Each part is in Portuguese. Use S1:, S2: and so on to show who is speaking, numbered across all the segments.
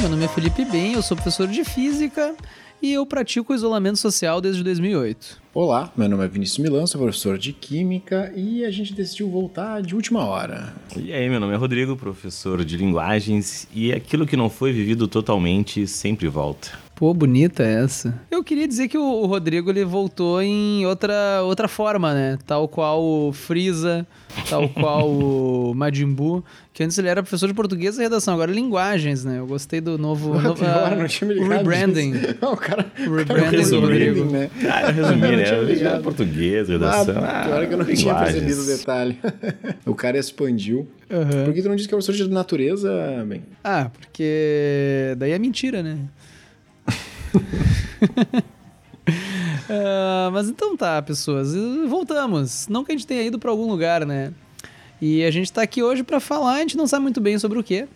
S1: meu nome é Felipe Bem, eu sou professor de física e eu pratico isolamento social desde 2008.
S2: Olá, meu nome é Vinícius Milan, sou professor de Química e a gente decidiu voltar de última hora.
S3: E aí, meu nome é Rodrigo, professor de Linguagens e aquilo que não foi vivido totalmente sempre volta.
S1: Pô, bonita essa. Eu queria dizer que o o Rodrigo ele voltou em outra, outra forma, né? Tal qual o Frieza, tal qual o Majin Buu, que antes ele era professor de português e redação, agora é linguagens, né? Eu gostei do novo, novo
S2: Pior,
S1: ah,
S2: não tinha me
S1: o
S2: ligado.
S1: rebranding.
S2: disso. Não, o cara, o
S1: Rebranding
S2: cara fez
S3: do
S2: um
S3: Rodrigo.
S2: branding, né?
S3: Cara, resumir,
S2: Eu não
S3: né?
S2: tinha
S3: Já
S2: ligado.
S3: Português,
S2: Ah,
S3: redação.
S2: pior que eu não tinha
S3: linguagens.
S2: percebido o detalhe. o cara expandiu.
S1: Aham.
S2: Por que tu não disse que é professor de natureza, bem?
S1: Ah, porque daí é mentira, né? Ah, mas então tá, pessoas. eh, Voltamos. Não que a gente tenha ido pra algum lugar, né? E a gente tá aqui hoje pra falar, a gente não sabe muito bem sobre o quê.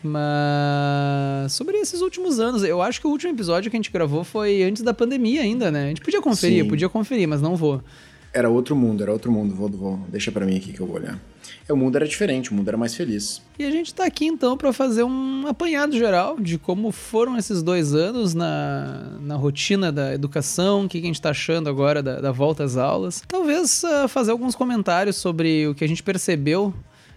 S1: Mas sobre esses últimos anos, eu acho que o último episódio que a gente gravou foi antes da pandemia ainda, né? A gente podia conferir,
S2: Sim.
S1: podia conferir, mas não vou.
S2: Era outro mundo, era outro mundo. Vou, vou, deixa pra mim aqui que eu vou olhar. É, o mundo era diferente, o mundo era mais feliz.
S1: E a gente tá aqui então para fazer um apanhado geral de como foram esses dois anos na, na rotina da educação, o que, que a gente tá achando agora da, da volta às aulas. Talvez ah, fazer alguns comentários sobre o que a gente percebeu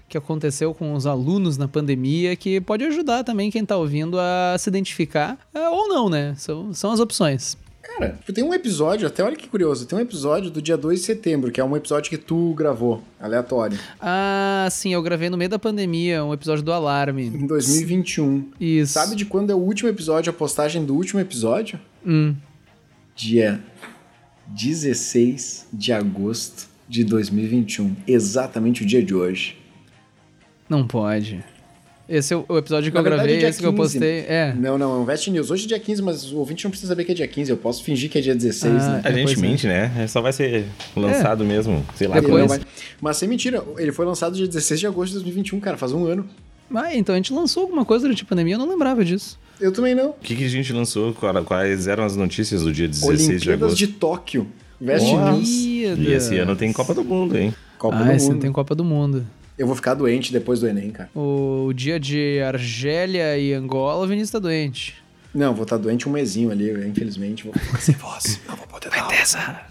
S1: que aconteceu com os alunos na pandemia, que pode ajudar também quem tá ouvindo a se identificar, ah, ou não, né? São, são as opções.
S2: Cara, tipo, tem um episódio, até olha que curioso, tem um episódio do dia 2 de setembro, que é um episódio que tu gravou, aleatório,
S1: Ah, sim, eu gravei no meio da pandemia um episódio do Alarme.
S2: em 2021.
S1: Isso.
S2: Sabe de quando é o último episódio, a postagem do último episódio?
S1: Hum.
S2: Dia 16 de agosto de 2021, exatamente o dia de hoje.
S1: Não pode. Esse é o o episódio que
S2: Na
S1: eu
S2: verdade,
S1: gravei,
S2: é dia
S1: esse que eu
S2: 15.
S1: postei. É.
S2: Não, não, é um Vest News. Hoje é dia 15, mas o ouvinte não precisa saber que é dia 15, eu posso fingir que é dia 16,
S1: Ah,
S2: né?
S3: A
S1: É,
S3: gente
S1: pois é.
S3: mente, né? Só vai ser
S2: É.
S3: lançado mesmo, sei lá.
S2: Ele não
S1: Depois-
S3: quando.
S2: vai- Mas sem mentira, ele foi lançado dia 16 de agosto de 2021, cara, faz um ano.
S1: Ah, então a gente lançou alguma coisa durante a pandemia, eu não lembrava disso.
S2: Eu também não.
S3: O que, que a gente lançou? Qual- Quais eram as notícias do dia 16 de
S2: Olimpíadas
S3: agosto?
S2: de Tóquio. Vest
S3: Olha.
S2: News.
S3: E esse ano tem Copa do Mundo, hein?
S2: Copa
S1: ah,
S2: do
S1: esse
S2: Mundo.
S1: ano tem Copa do Mundo.
S2: Eu vou ficar doente depois do Enem, cara.
S1: O, o dia de Argélia e Angola, o Vinícius tá doente.
S2: Não, vou estar doente um mesinho ali, eu, infelizmente. Vou ficar sem voz. Não vou poder dar.
S1: Essa.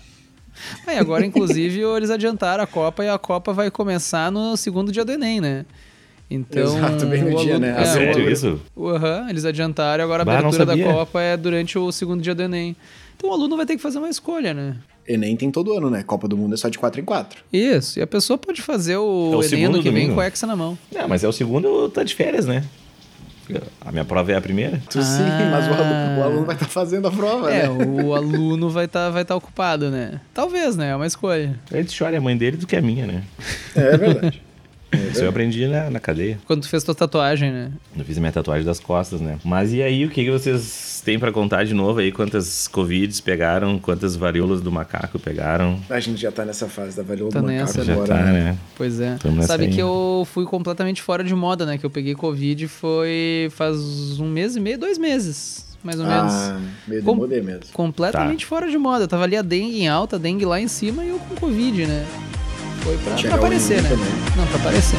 S1: Ah, e agora, inclusive, eles adiantaram a Copa e a Copa vai começar no segundo dia do Enem, né? Então,
S2: Exato, bem no
S1: o
S2: dia,
S1: aluno-
S2: né?
S1: É,
S2: Ah,
S1: o
S3: Sério
S1: aluno-
S3: isso?
S1: Aham, eles adiantaram e agora a
S3: Bah, não
S1: abertura da
S3: sabia.
S1: Copa é durante o segundo dia do Enem. Então o aluno vai ter que fazer uma escolha, né?
S2: Enem tem todo ano, né? Copa do Mundo é só de 4 em 4.
S1: Isso, e a pessoa pode fazer
S3: É
S1: o,
S3: o
S1: Enem ano
S3: segundo
S1: que vem
S3: domingo?
S1: com a Hexa na mão.
S3: Não, mas é o segundo, tá de férias, né? A minha prova é a primeira.
S2: Tu sim,
S1: Ah.
S2: mas o aluno, o aluno vai estar fazendo a prova,
S1: É,
S2: né?
S1: o aluno vai estar vai tá ocupado, né? Talvez, né? É uma escolha.
S3: Antes chora é a mãe dele do que a minha, né?
S2: É verdade.
S3: Isso eu aprendi na, na cadeia.
S1: Quando tu fez tua tatuagem, né?
S3: Eu fiz minha tatuagem das costas, né? Mas e aí, o que, que vocês têm pra contar de novo aí? Quantas Covids pegaram? Quantas varíolas do macaco pegaram?
S2: A gente já tá nessa fase da valeu
S1: Tá
S2: do macaco
S1: nessa,
S3: Já
S2: agora.
S3: tá,
S2: né?
S3: né?
S1: Pois é.
S3: Tamo nessa
S1: Sabe
S3: aí.
S1: que eu fui completamente fora de moda, né? Que eu peguei Covid foi faz um mês e meio, dois meses, mais ou menos.
S2: Ah, meio
S1: Com-
S2: demodê mesmo.
S3: Tá.
S1: Completamente fora de moda. Tava ali a dengue em alta, a dengue lá em cima e eu com Covid, né? Foi pra, pra
S2: Chegar o
S1: aparecer, né?
S2: Enem também.
S1: Não, pra aparecer.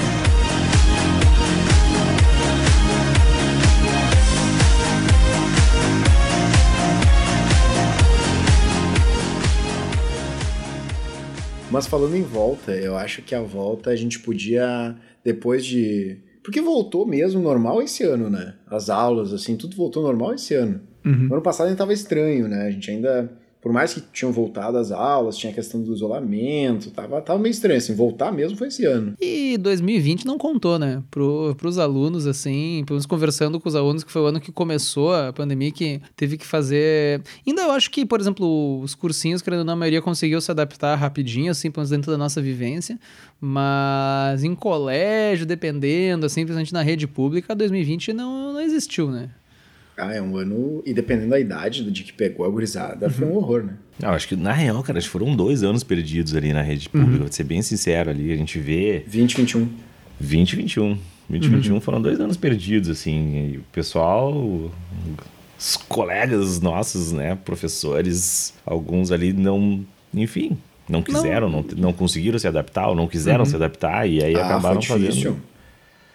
S2: Mas falando em volta, eu acho que a volta a gente podia, depois de. Porque voltou mesmo normal esse ano, né? As aulas, assim, tudo voltou normal esse ano.
S3: Uhum.
S2: No ano passado ainda tava estranho, né? A gente ainda. Por mais que tinham voltado as aulas, tinha a questão do isolamento, tava, tava meio estranho, assim. Voltar mesmo foi esse ano.
S1: E 2020 não contou, né? Pro, pros alunos, assim, pelo menos conversando com os alunos, que foi o ano que começou a pandemia, que teve que fazer. Ainda eu acho que, por exemplo, os cursinhos, querendo ou não, a maioria conseguiu se adaptar rapidinho, assim, pelo menos dentro da nossa vivência. Mas em colégio, dependendo, assim, principalmente na rede pública, 2020 não, não existiu, né?
S2: Ah, é um ano. E dependendo da idade de que pegou a gurizada, foi
S3: Uhum.
S2: um horror, né?
S3: Não, acho que, na real, cara, acho que foram dois anos perdidos ali na rede pública. Vou ser bem sincero ali, a gente vê
S2: 20, 21.
S3: 2021. 2021
S1: Uhum.
S3: foram dois anos perdidos, assim. E o pessoal, os colegas nossos, né, professores, alguns ali não, enfim, não
S1: Uhum.
S3: quiseram, não, não conseguiram se adaptar ou não quiseram se adaptar e aí
S2: ah,
S3: acabaram
S2: foi difícil.
S3: fazendo.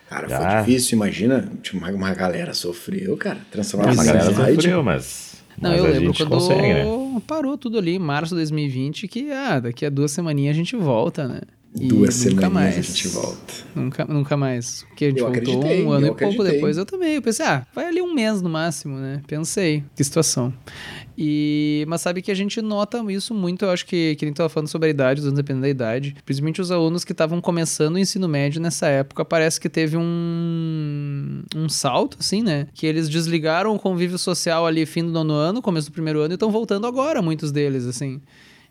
S2: Cara, foi difícil, imagina. Tipo, uma, uma galera sofreu, cara. Transformar
S3: Uma
S1: Mas
S2: uma
S3: galera
S2: cidade.
S3: sofreu, mas.
S1: Não,
S3: mas
S1: eu
S3: a
S1: lembro
S3: gente
S1: quando
S3: consegue, né?
S1: parou tudo ali em março de 2020, que ah, daqui a duas semaninhas a gente volta, né? E
S2: Duas
S1: nunca
S2: semanas
S1: mais.
S2: a gente volta.
S1: Nunca, nunca mais. Porque a gente
S2: Eu
S1: voltou
S2: acreditei,
S1: um ano
S2: eu
S1: e pouco
S2: acreditei.
S1: depois, eu também. Eu pensei, ah, vai ali um mês no máximo, né? Pensei, que situação. E, mas sabe que a gente nota isso muito, eu acho que, que nem tava falando sobre a idade, os anos dependendo da idade. Principalmente os alunos que estavam começando o ensino médio nessa época, parece que teve um, um salto, assim, né? Que eles desligaram o convívio social ali fim do nono ano, começo do primeiro ano, e estão voltando agora, muitos deles, assim.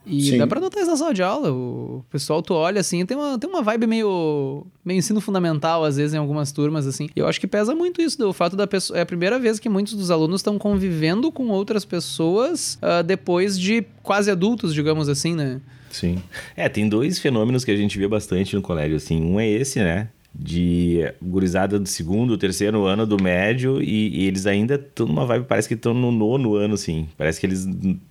S1: E
S2: Sim.
S1: dá pra notar isso na sala de aula. O pessoal, tu olha assim, tem uma, tem uma vibe meio, meio ensino fundamental, às vezes, em algumas turmas, assim. E eu acho que pesa muito isso, do fato da pessoa. É a primeira vez que muitos dos alunos estão convivendo com outras pessoas ah, depois de quase adultos, digamos assim, né?
S3: Sim. É, tem dois fenômenos que a gente vê bastante no colégio, assim. Um é esse, né? De gurizada do segundo, terceiro ano do médio e, e eles ainda estão numa vibe, parece que estão no nono ano, assim. Parece que eles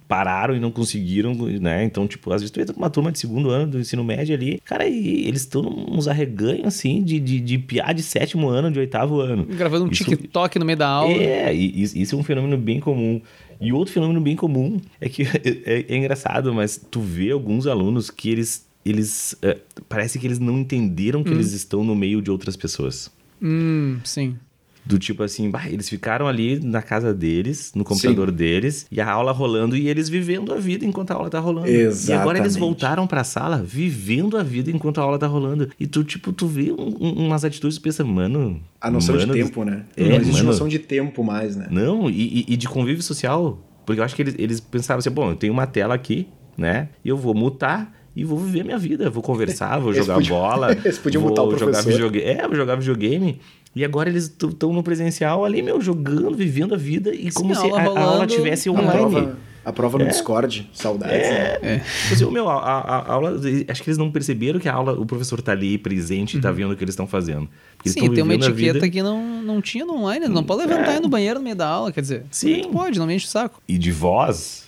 S3: pararam e não conseguiram, né? Então, tipo, às vezes tu entra com uma turma de segundo ano do ensino médio ali, cara, e eles estão uns arreganhos, assim, de, de, de piar de sétimo ano, de oitavo ano.
S1: Gravando um
S3: Isso-
S1: TikTok no meio da aula.
S3: É, e is- isso é um fenômeno bem comum. E outro fenômeno bem comum é que é, é engraçado, mas tu vê alguns alunos que eles. eles eh, parece que eles não entenderam
S2: Hum.
S3: que eles estão no meio de outras pessoas.
S1: Hum, sim.
S3: Do tipo assim, bah, eles ficaram ali na casa deles, no computador deles, e a aula rolando e eles vivendo a vida enquanto a aula tá rolando. E agora eles
S2: Exatamente.
S3: voltaram pra sala vivendo a vida enquanto a aula tá rolando. E tu, tipo, tu vê um- um- umas atitudes e pensa, mano.
S2: A noção de
S3: mano do
S2: tempo, né?
S3: É,
S2: não existe
S3: mano.
S2: noção de tempo mais, né?
S3: não, e, e- e de convívio social. Porque eu acho que eles, eles pensaram assim, bom, eu tenho uma tela aqui, né? E eu vou mutar e vou viver minha vida. Vou conversar, vou
S2: Eles
S3: jogar
S2: podiam-
S3: bola.
S2: eles podiam
S3: vou
S2: mutar o
S3: jogar
S2: professor.
S3: videogame. É, vou jogar videogame. E agora eles estão no presencial ali, meu, jogando, vivendo a vida. E como
S1: a
S3: se
S1: aula
S3: a, a aula
S1: rolando,
S3: tivesse
S1: a
S2: A
S3: online.
S2: prova,
S1: É.
S2: a prova no Discord, saudades. né?
S3: Tipo assim, ô, meu, a, a- a aula... Acho que eles não perceberam que a aula... O professor tá ali, presente,
S2: Uhum.
S3: tá vendo o que eles estão fazendo. Porque eles
S1: Sim,
S3: tão
S1: tem uma
S3: vivendo a
S1: etiqueta
S3: vida.
S1: que não, não tinha no online, né? não pode levantar e ir no banheiro no meio da aula, quer dizer.
S3: Sim.
S1: tu pode, não me enche o saco.
S3: e de voz.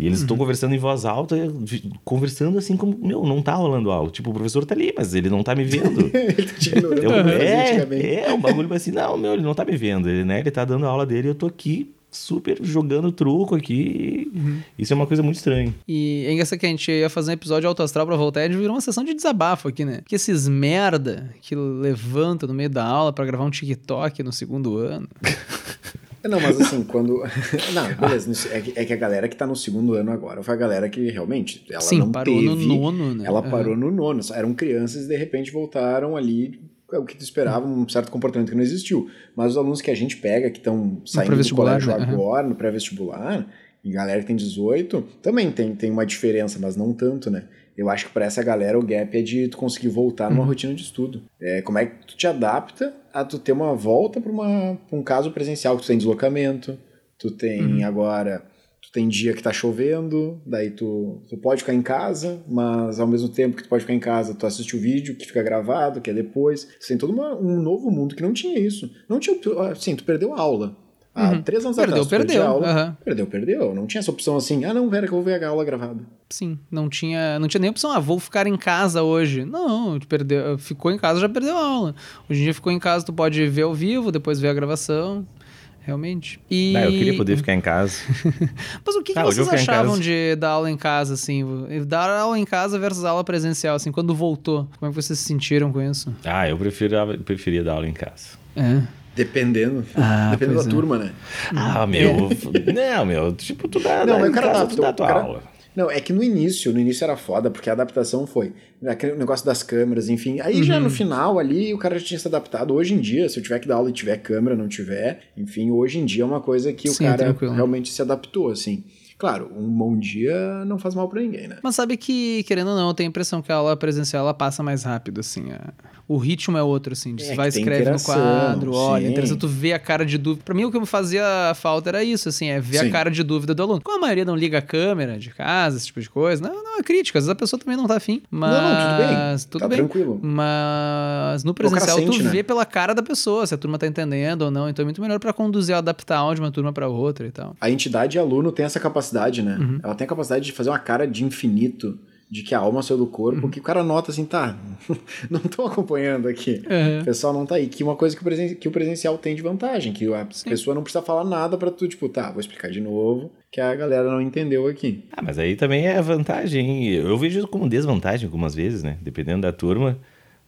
S3: E eles estão conversando em voz alta, vi- conversando assim como, meu, não tá rolando aula. Tipo, o professor tá ali, mas ele não tá me vendo.
S2: Ele tá te ignorando,
S3: É um-
S2: como fazia antigamente.
S3: é, é um bagulho assim, não, meu, ele não tá me vendo, ele, né? Ele tá dando a aula dele, eu tô aqui super jogando truco aqui. Isso é uma coisa muito estranha.
S1: E é engraçado que a gente ia fazer um episódio alto astral pra voltar e a gente virou uma sessão de desabafo aqui, né? Que esses merda que levanta no meio da aula pra gravar um TikTok no segundo ano.
S2: Não, mas assim, quando. Não, beleza. no- É que, é que a galera que tá no segundo ano agora foi a galera que realmente. Ela
S1: Sim,
S2: não
S1: parou
S2: teve,
S1: no nono, né?
S2: Ela
S1: Aham.
S2: parou no nono. só Eram crianças e de repente voltaram ali. é O que tu esperava, um certo comportamento que não existiu. Mas os alunos que a gente pega, que estão saindo do
S1: pré-vestibular,
S2: colégio
S1: né? Aham.
S2: agora, no pré-vestibular, e galera que tem 18, também tem, tem uma diferença, mas não tanto, né? Eu acho que pra essa galera o gap é de tu conseguir voltar
S1: Uhum.
S2: numa rotina de estudo. É, como é que tu te adapta a tu ter uma volta pra, uma, pra um caso presencial, que tu tem deslocamento, tu tem
S1: Uhum.
S2: agora, tu tem dia que tá chovendo, daí tu, tu pode ficar em casa, mas ao mesmo tempo que tu pode ficar em casa, tu assiste o vídeo que fica gravado, que é depois. Tu tem todo uma- um novo mundo que não tinha isso. Não tinha, assim, tu perdeu a aula. Há
S1: Uhum.
S2: três anos
S1: Perdeu,
S2: atrás, tu perdia
S1: perdeu.
S2: a aula.
S1: Aham.
S2: Perdeu, perdeu. Não tinha essa opção assim, ah não, pera que eu vou ver a aula gravada.
S1: Sim, não tinha, não tinha nem opção, ah, vou ficar em casa hoje. Não, tu perdeu, ficou em casa, já perdeu a aula. Hoje em dia ficou em casa, tu pode ver ao vivo, depois ver a gravação. Realmente. E...
S3: Ah, eu queria poder ficar em casa.
S1: Mas o que,
S3: Ah,
S1: que
S3: hoje eu
S1: vocês
S3: vou ficar em
S1: achavam
S3: casa.
S1: de dar aula em casa, assim? Dar aula em casa versus aula presencial, assim, quando voltou. Como é que vocês se sentiram com isso?
S3: Ah, eu preferia, preferia dar aula em casa.
S1: É.
S2: Dependendo.
S1: Ah,
S2: Dependendo
S1: pois
S2: da
S1: é.
S2: turma, né?
S3: Ah, meu. não, meu, tipo, tu dá,
S2: Não,
S3: dá
S2: mas
S3: em
S2: o cara
S3: casa,
S2: dá-
S3: tu dá
S2: o
S3: tua
S2: cara-
S3: aula.
S2: Não, é que no início, no início era foda, porque a adaptação foi aquele negócio das câmeras, enfim. Aí já
S1: Uhum.
S2: no final ali o cara já tinha se adaptado. Hoje em dia, se eu tiver que dar aula e tiver câmera, não tiver, enfim, hoje em dia é uma coisa que
S1: Sim,
S2: o cara
S1: tranquilo.
S2: realmente se adaptou, assim. Claro, um bom dia não faz mal pra ninguém, né?
S1: Mas sabe que, querendo ou não, eu tenho a impressão que a aula presencial ela passa mais rápido, assim. a- O ritmo é outro, assim. de
S2: É,
S1: tu
S2: que
S1: vai,
S2: tem
S1: escreve no
S2: interação,
S1: quadro, olha,
S2: sim.
S1: interessante, tu vê a cara de dúvida. Pra mim, o que me fazia falta era isso, assim, é ver a
S2: Sim.
S1: cara de dúvida do aluno. Como a maioria não liga a câmera de casa, esse tipo de coisa, não, não é crítica, às vezes a pessoa também não tá afim. Mas
S2: não, tudo bem,
S1: tudo
S2: tá
S1: bem.
S2: tranquilo.
S1: Mas no presencial
S2: Procrastente,
S1: tu
S2: né?
S1: vê pela cara da pessoa se a turma tá entendendo ou não, então é muito melhor pra conduzir, adaptar de uma turma pra outra e tal. Uhum.
S2: A entidade aluno tem essa capacidade, né? Ela tem a capacidade de fazer uma cara de infinito, de que a alma saiu do corpo,
S1: Uhum.
S2: que o cara nota assim, tá, não tô acompanhando aqui.
S1: Uhum.
S2: O pessoal não tá aí. Que uma coisa que o, presen- que o presencial tem de vantagem, que a pessoa não precisa falar nada pra tu, tipo, tá, vou explicar de novo, que a galera não entendeu aqui.
S3: Ah, mas aí também é vantagem. hein? Eu vejo isso como desvantagem algumas vezes, né? Dependendo da turma.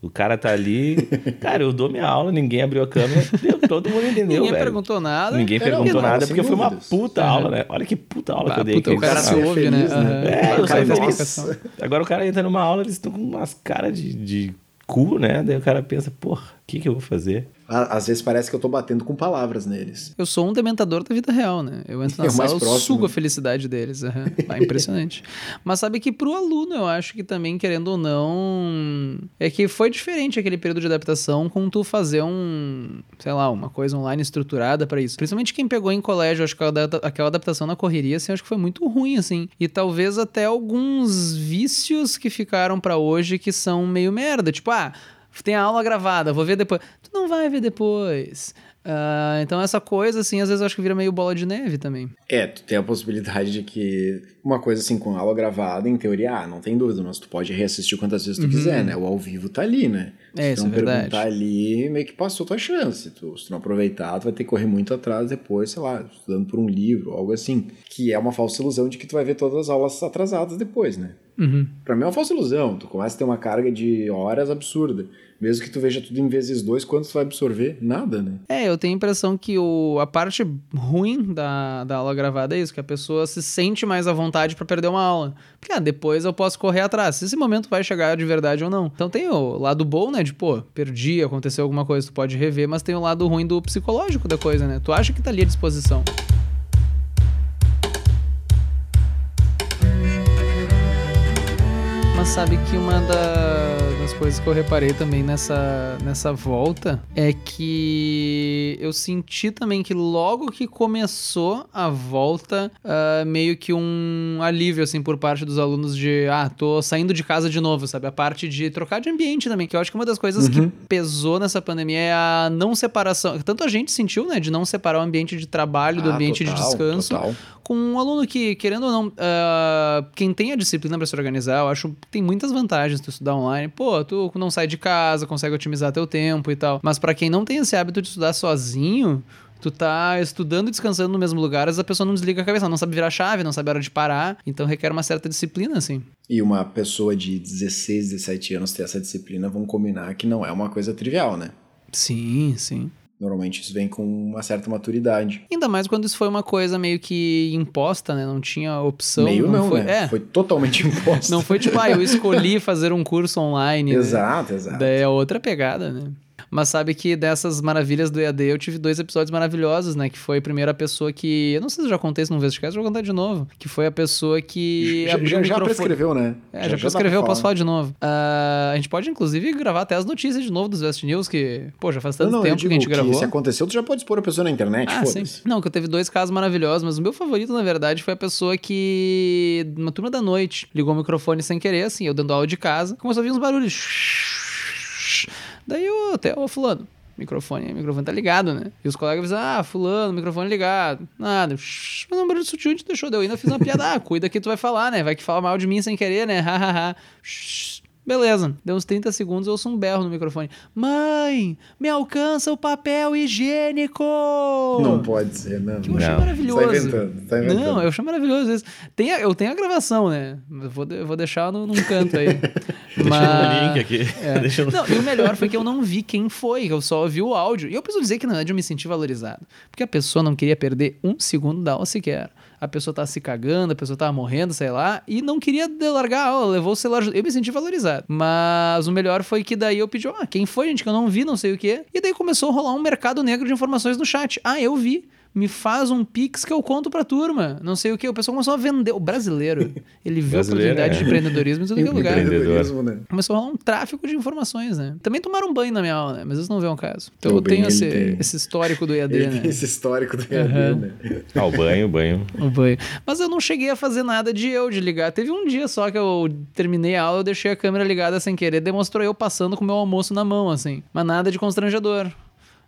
S3: O cara tá ali. cara, eu dou minha aula, ninguém abriu a câmera. deu, todo mundo entendeu,
S1: Ninguém
S3: velho.
S1: perguntou nada.
S3: Ninguém
S2: É, não,
S3: perguntou
S2: não,
S3: nada,
S2: sem
S3: porque foi uma
S2: dúvidas.
S3: puta
S1: É.
S3: aula, né? Olha que puta aula
S1: Ah,
S3: que eu dei.
S1: puta,
S3: aqui,
S1: o cara
S3: cara.
S1: se
S2: é
S1: ouve, né?
S2: feliz, né?
S1: Aham. O
S3: É, eu
S1: cara
S3: saí
S1: fez
S3: feliz.
S1: vocação.
S3: Agora o cara entra numa aula, eles estão com umas caras de, de cu, né? Daí o cara pensa, porra, o que, que eu vou fazer?
S2: Á- Às vezes parece que eu tô batendo com palavras neles.
S1: Eu sou um dementador da vida real, né? Eu entro na
S2: É o mais
S1: sala, eu
S2: próximo,
S1: sugo
S2: né?
S1: a felicidade deles. aham. Ah, impressionante. Mas sabe que pro aluno, eu acho que também, querendo ou não, é que foi diferente aquele período de adaptação com tu fazer um, sei lá, uma coisa online estruturada pra isso. Principalmente quem pegou em colégio, acho que aquela adapta- aquela adaptação na correria, assim, acho que foi muito ruim, assim. E talvez até alguns vícios que ficaram pra hoje que são meio merda. Tipo, ah, tem a aula gravada, vou ver depois. Tu não vai ver depois. Ah, então essa coisa, assim, às vezes eu acho que vira meio bola de neve também.
S2: É, tu tem a possibilidade de que uma coisa assim com aula gravada, em teoria, ah, não tem dúvida, mas tu pode reassistir quantas vezes tu
S1: Uhum.
S2: quiser, né? O ao vivo tá ali, né?
S1: É,
S2: se
S1: isso
S2: tu
S1: é
S2: não
S1: verdade.
S2: perguntar ali, meio que passou tua chance. Tu, se tu não aproveitar, tu vai ter que correr muito atrás depois, sei lá, estudando por um livro, algo assim. Que é uma falsa ilusão de que tu vai ver todas as aulas atrasadas depois, né?
S1: Uhum.
S2: Pra mim é uma falsa ilusão. Tu começa a ter uma carga de horas absurda. Mesmo que tu veja tudo em vezes dois, quanto tu vai absorver? Nada, né?
S1: É, eu tenho a impressão que o, a parte ruim da, da aula gravada é isso, que a pessoa se sente mais à vontade pra perder uma aula. Porque ah, depois eu posso correr atrás, se esse momento vai chegar de verdade ou não. Então tem o lado bom, né, de pô, perdi, aconteceu alguma coisa, tu pode rever, mas tem o lado ruim do psicológico da coisa, né? Tu acha que tá ali à disposição. Mas sabe que uma da- das coisas que eu reparei também nessa, nessa volta é que eu senti também que logo que começou a volta, ah, meio que um alívio, assim, por parte dos alunos de, ah, tô saindo de casa de novo, sabe? A parte de trocar de ambiente também, que eu acho que uma das coisas que
S2: Uhum.
S1: pesou nessa pandemia é a não separação. Tanto a gente sentiu, né, de não separar o ambiente de trabalho do
S2: Ah,
S1: ambiente de
S2: total,
S1: descanso
S2: Total.
S1: com um aluno que, querendo ou não, ah, quem tem a disciplina pra se organizar, eu acho que tem muitas vantagens tu estudar online. Pô, tu não sai de casa, consegue otimizar teu tempo e tal. Mas pra quem não tem esse hábito de estudar sozinho, tu tá estudando e descansando no mesmo lugar, às vezes a pessoa não desliga a cabeça, ela não sabe virar a chave, não sabe a hora de parar. Então requer uma certa disciplina, assim.
S2: E uma pessoa de 16, 17 anos ter essa disciplina, vamos combinar que não é uma coisa trivial, né?
S1: Sim, sim.
S2: Normalmente isso vem com uma certa maturidade.
S1: Ainda mais quando isso foi uma coisa meio que imposta, né? Não tinha opção.
S2: Meio não,
S1: foi...
S2: né?
S1: É.
S2: Foi totalmente imposto.
S1: Não foi tipo, ah, eu escolhi fazer um curso online. né?
S2: Exato, exato.
S1: Daí é outra pegada, né? Mas sabe que dessas maravilhas do EAD eu tive dois episódios maravilhosos, né? Que foi primeiro a primeira pessoa que. Eu não sei se eu já contei isso num Vestcast, vou contar de novo. Que foi a pessoa que.
S2: já,
S1: abriu
S2: já,
S1: o
S2: já
S1: microfone.
S2: prescreveu, né?
S1: É, já,
S2: dá pra
S1: prescreveu, posso falar de novo. Ah, a gente pode, inclusive, gravar até as notícias de novo dos Vest News, que, pô, já faz
S2: Não,
S1: tanto
S2: não, eu
S1: tempo
S2: digo
S1: que a gente
S2: que
S1: gravou.
S2: se aconteceu, tu já pode expor a pessoa na internet,
S1: Ah, sim.
S2: foda-se.
S1: Não, que eu teve dois casos maravilhosos, mas o meu favorito, na verdade, foi a pessoa que, numa turma da noite, ligou o microfone sem querer, assim, eu dando aula de casa, começou a vir uns barulhos. Daí eu até, ô fulano, microfone, microfone tá ligado, né? E os colegas avisaram, ah, fulano, microfone ligado, nada. Mas um barulho sutil a gente deixou, deu ainda fiz uma piada, ah, cuida que tu vai falar, né? Vai que fala mal de mim sem querer, né? Hahaha. Beleza, deu uns 30 segundos, eu ouço um berro no microfone. Mãe, me alcança o papel higiênico!
S2: Não pode ser, não.
S1: Eu achei
S3: Não.
S1: maravilhoso.
S2: Tá inventando, tá inventando.
S1: Não, eu achei maravilhoso isso. Tem a- eu tenho a gravação, né? Eu vou, de- eu vou deixar no, num canto aí. Mas-
S3: um aqui.
S1: Ah, é. Não, e o melhor foi que eu não vi quem foi, eu só ouvi o áudio. E eu preciso dizer que, na verdade, eu me senti valorizado. Porque a pessoa não queria perder um segundo da aula sequer. A pessoa tava se cagando, a pessoa tava morrendo, sei lá, e não queria de- largar a aula, levou o celular. junto. Eu me senti valorizado. Mas o melhor foi que daí eu pedi, ah, quem foi, gente, que eu não vi, não sei o quê. E daí começou a rolar um mercado negro de informações no chat. Ah, eu vi. Me faz um pix que eu conto pra turma. Não sei o quê. O pessoal começou a vender. O brasileiro, ele viu a
S3: Brasileiro,
S1: oportunidade
S3: é.
S1: de empreendedorismo em tudo que é lugar.
S2: Empreendedorismo, né?
S1: Começou a rolar um tráfico de informações, né? Também tomaram banho na minha aula, né? Mas isso não vê um caso. Então
S2: Tô
S1: eu
S2: bem,
S1: tenho esse,
S2: ele tem.
S1: esse histórico do EAD,
S2: Ele
S1: né?
S2: tem esse histórico do
S1: Aham.
S2: EAD, né?
S3: Ah, o banho, o banho.
S1: O banho. Mas eu não cheguei a fazer nada de eu de ligar. Teve um dia só que eu terminei a aula, eu deixei a câmera ligada sem querer. Demonstrou eu passando com o meu almoço na mão, assim. Mas nada de constrangedor.